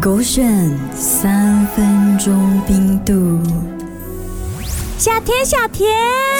狗选三分钟冰度。小田，小田，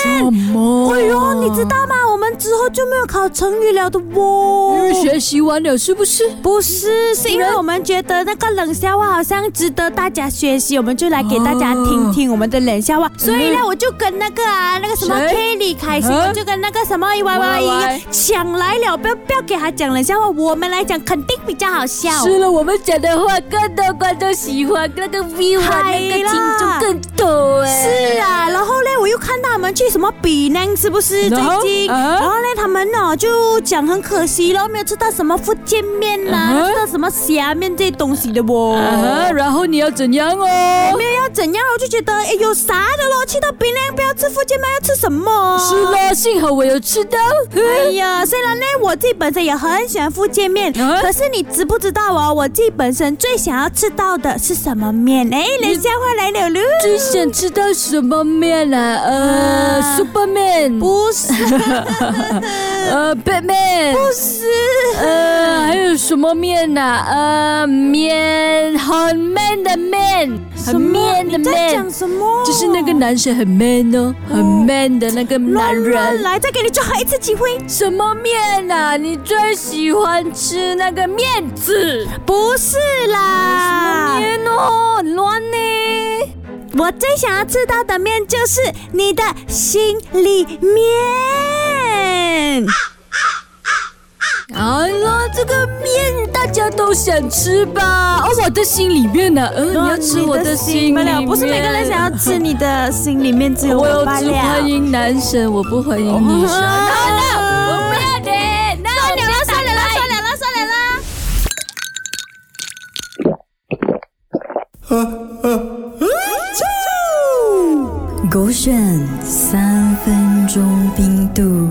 怎么？哎呦，你知道吗？我们之后就没有考成语了的哦。因为学习完了是不是？不是，是因为我们觉得那个冷笑话好像值得大家学习，我们就来给大家听听我们的冷笑话。所以呢，我就跟那个啊，那个什么谁 K 李凯欣，嗯我就跟那个什么 Y Y Y 一样 YY 抢来了，不要不要给他讲冷笑话，我们来讲肯定比较好笑。是了，我们讲的话更多观众喜欢，那个 view 啊，嗨那个啦听众更多哎。是啊，然后呢，我又看到他们去什么比呢，是不是最然后近？啊然后呢，他们呢就讲很可惜咯，没有吃到什么福建面呐、啊哈吃到什么虾面这些东西的哦。啊，然后你要怎样哦？没有要怎样，我就觉得哎有啥的咯，去到槟榔不要吃福建面，要吃什么？是了，幸好我有吃到。哎呀，虽然呢，我自己本身也很喜欢福建面，啊可是你知不知道哦，我自己本身最想要吃到的是什么面？哎，冷笑话来了喽！最想吃到什么面啊？呃啊，Superman，不是，呃，Batman，不是，呃，还有什么面呢、呃，面很 man 的面，很什么 man 的你在 man，讲什么？就是那个男生很 man 哦，很 man 的那个男乱乱人。来，再给你最后一次机会。什么面啊？你最喜欢吃那个面子？不是啦，面哦，很乱呢。我最想要吃到的面就是你的心里面。好了，哎这个面大家都想吃吧？哦，我的心里面呢、嗯、你要吃我的心不里了，面。不是每个人想要吃你的心里面，只有我有罢只欢了。迎男神，我不欢迎女神。啊要的，那算了啦，算了啦，算了啦，算了啦。狗选三分钟冰度。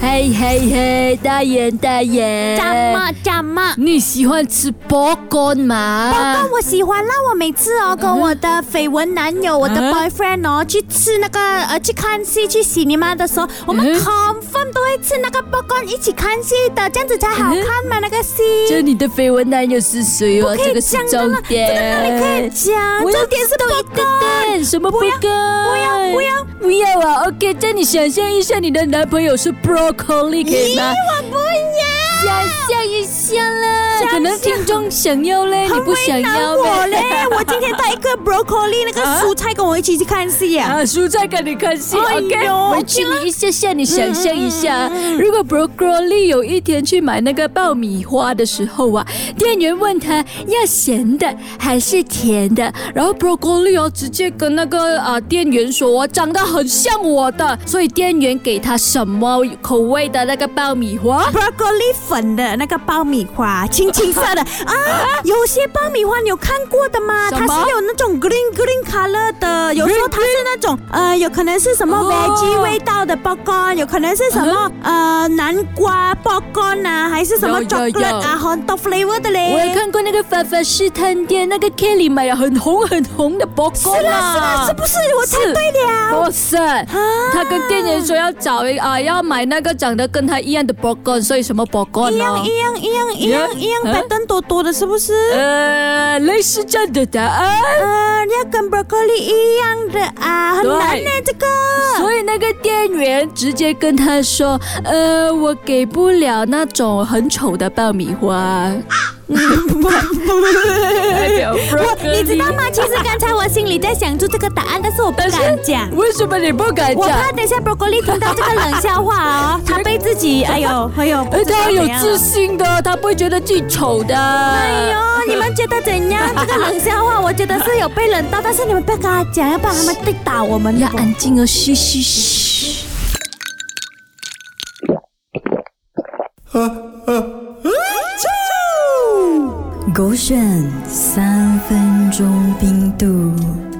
嘿嘿嘿，大眼大眼，怎么怎么？你喜欢吃波干吗？包啊括我喜欢啦，我每次嗯哦跟我的绯闻男友、我的 boyfriend 哦去吃那个呃去看戏、去 cinema 的时候，我们嗯 confirm 都会吃那个 b o n 一起看戏的，这样子才好看嘛那个戏。这你的绯闻男友是谁哦？可以这个是这样重的吗点。你可以讲，我要重点是 b o 干什么不干？不要不要不要啊！OK，这你想象一下，你的男朋友是 broccoli 可以吗？我不要。想象一下啦，想象可能听众想要嘞，你不想要啊为难我呗嘞？我今天带一个 broccoli 那个蔬菜跟我一起去看戏呀、啊，蔬菜给你看戏、哎 o 呦嗯 k 回去你一下下，你想象一下，如果 broccoli 有一天去买那个爆米花的时候啊，店员问他要咸的还是甜的，然后 broccoli 哦直接跟那个啊、店员说，我长得很像我的，所以店员给他什么口味的那个爆米花？ broccoli 粉的那个爆米花，青青色的啊，有些爆米花你有看过的吗？什它么是有那种 green green color 的，有时候 Green- 它是那种呃，有可能是什么哦嗯 veggie 味道的 b o g o n 有可能是什么呃南瓜 b o g o n 啊，还是什么有有 chocolate 啊，很多 flavor 的嘞。我有看过那个法法试探店，那个 Kelly 买了很红很红的啊 b r o c c o 是啦是啦，是不是？我猜是对了。不是，他跟店员说要找一啊、要买那个长得跟他一样的 b o g o n 所以什么 b o g o 一 n 样哦一？样一样一样一样，嗯白灯多多的，是不是？呃，类似这样的答案。呃，要跟 broccoli 一样的啊，很对难呢、这个。所以那个店员直接跟他说：“呃，我给不了那种很丑的爆米 花。 我你知道吗？其实刚才我心里在想出这个答案，但是我不但是敢讲”，为什么你不敢我讲？怕等一下 broccoli 听到这个冷笑话哦，他被自己哎呦哎呦，而他有自信。信的，他不会觉得自己丑的。哎哎呦，你们觉得怎样？这个冷笑话，我觉得是有被冷到，但是你们不要跟他讲，要不然他们会打我们的。要安静哦，嘘嘘嘘。狗选三分钟冰度。